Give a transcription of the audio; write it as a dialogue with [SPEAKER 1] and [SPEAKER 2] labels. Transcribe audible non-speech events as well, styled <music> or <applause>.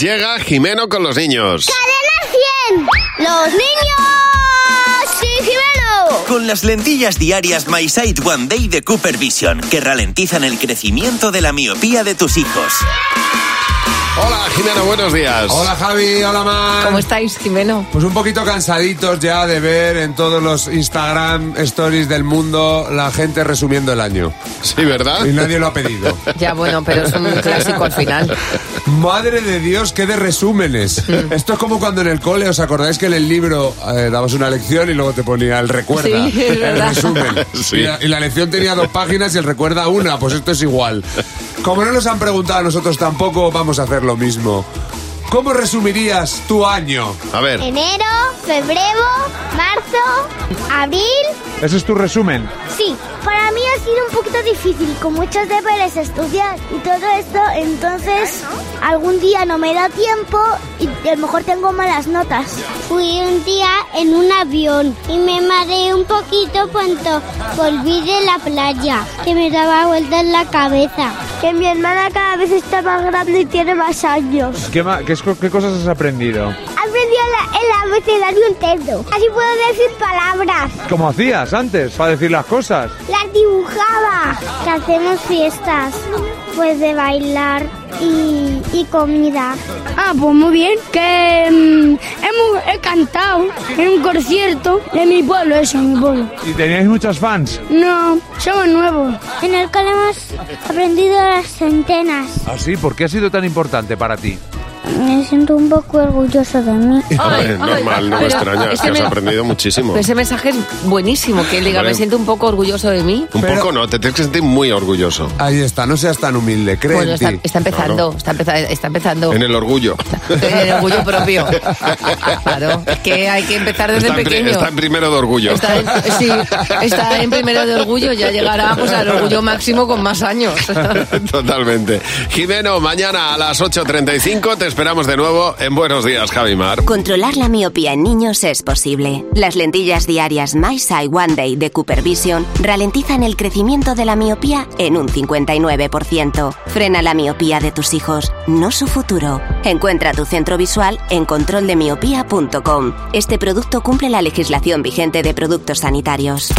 [SPEAKER 1] Llega Jimeno con los niños.
[SPEAKER 2] ¡Cadena 100! ¡Los niños! ¡Sí, Jimeno!
[SPEAKER 3] Con las lentillas diarias My Sight One Day de Cooper Vision, que ralentizan el crecimiento de la miopía de tus hijos.
[SPEAKER 1] Hola Jimeno, buenos días.
[SPEAKER 4] Hola Javi, hola Mar.
[SPEAKER 1] Ah.
[SPEAKER 5] ¿Cómo estáis, Jimeno?
[SPEAKER 4] Pues un poquito cansaditos ya de ver en todos los Instagram stories del mundo la gente resumiendo el año.
[SPEAKER 1] Sí, ¿verdad?
[SPEAKER 4] Y nadie lo ha
[SPEAKER 5] <laughs>
[SPEAKER 4] pedido.
[SPEAKER 5] Ya, bueno, pero es un clásico al final.
[SPEAKER 4] Madre de Dios, qué de resúmenes. Esto es como cuando en el cole, ¿os acordáis que en el libro eh, dabas una lección y luego te ponía el recuerda?
[SPEAKER 5] Sí, es
[SPEAKER 4] el
[SPEAKER 5] verdad.
[SPEAKER 4] resumen.
[SPEAKER 1] <laughs> Sí.
[SPEAKER 4] <laughs> Y, la, y la lección tenía dos páginas y el recuerda una, pues esto es igual. Como no nos han preguntado a nosotros tampoco, vamos a hacer lo mismo. ¿Cómo resumirías tu año?
[SPEAKER 1] A ver,
[SPEAKER 2] Enero, febrero, marzo, abril.
[SPEAKER 4] Ese es tu resumen.
[SPEAKER 2] Sí, para mí ha sido un poquito difícil, con muchos deberes estudiar y todo esto, entonces algún día no me da tiempo y a lo mejor tengo malas notas. Fui un día en un avión y me mareé un poquito cuando volví de la playa, que me daba vueltas la cabeza. Que mi hermana cada vez está más grande y tiene más años.
[SPEAKER 6] ¿Qué, ma- qué es- qué cosas has aprendido?
[SPEAKER 2] Aprendí el abecedario entero. Así puedo decir palabras.
[SPEAKER 6] ¿Cómo hacías antes para decir las cosas?
[SPEAKER 2] Las dibujaba. Que hacemos fiestas. Pues de bailar y, y comida.
[SPEAKER 7] Ah, pues muy bien, que mm, hemos he cantado en un concierto de mi pueblo, eso, mi pueblo.
[SPEAKER 6] ¿Y teníais muchos fans?
[SPEAKER 7] No, somos nuevos.
[SPEAKER 2] En el cole hemos aprendido las centenas.
[SPEAKER 6] ¿Ah, sí? ¿Por qué ha sido tan importante para ti?
[SPEAKER 2] Me siento un poco orgulloso de mí.
[SPEAKER 1] Hombre, normal, no me
[SPEAKER 5] pero
[SPEAKER 1] extraña, es
[SPEAKER 5] ese
[SPEAKER 1] que has
[SPEAKER 5] me- Pues-
[SPEAKER 1] aprendido muchísimo.
[SPEAKER 5] Ese mensaje es buenísimo, que él diga,
[SPEAKER 1] Vale.
[SPEAKER 5] me siento un poco orgulloso de mí.
[SPEAKER 1] Un
[SPEAKER 4] Pero-
[SPEAKER 1] poco no, te tienes que sentir muy orgulloso.
[SPEAKER 4] Ahí está, no seas tan humilde, cree
[SPEAKER 5] Bueno,
[SPEAKER 4] en
[SPEAKER 5] está,
[SPEAKER 4] ti.
[SPEAKER 5] está empezando, está empezando, está empezando.
[SPEAKER 1] En el orgullo.
[SPEAKER 5] En el orgullo propio. Claro, es que hay que empezar desde
[SPEAKER 1] Está en, pri-
[SPEAKER 5] pequeño.
[SPEAKER 1] está en primero de orgullo.
[SPEAKER 5] Está en, sí, está en primero de orgullo, ya llegará pues, al orgullo máximo con
[SPEAKER 1] <laughs>
[SPEAKER 5] más años.
[SPEAKER 1] <laughs> Totalmente. Jimeno, mañana a las 8.35 te esperamos de nuevo en Buenos Días, Javimar.
[SPEAKER 8] Controlar la miopía en niños es posible. Las lentillas diarias My Sight One Day de Cooper Vision ralentizan el crecimiento de la miopía en un 59%. Frena la miopía de tus hijos, no su futuro. Encuentra tu centro visual en controldemiopía.com. Este producto cumple la legislación vigente de productos sanitarios.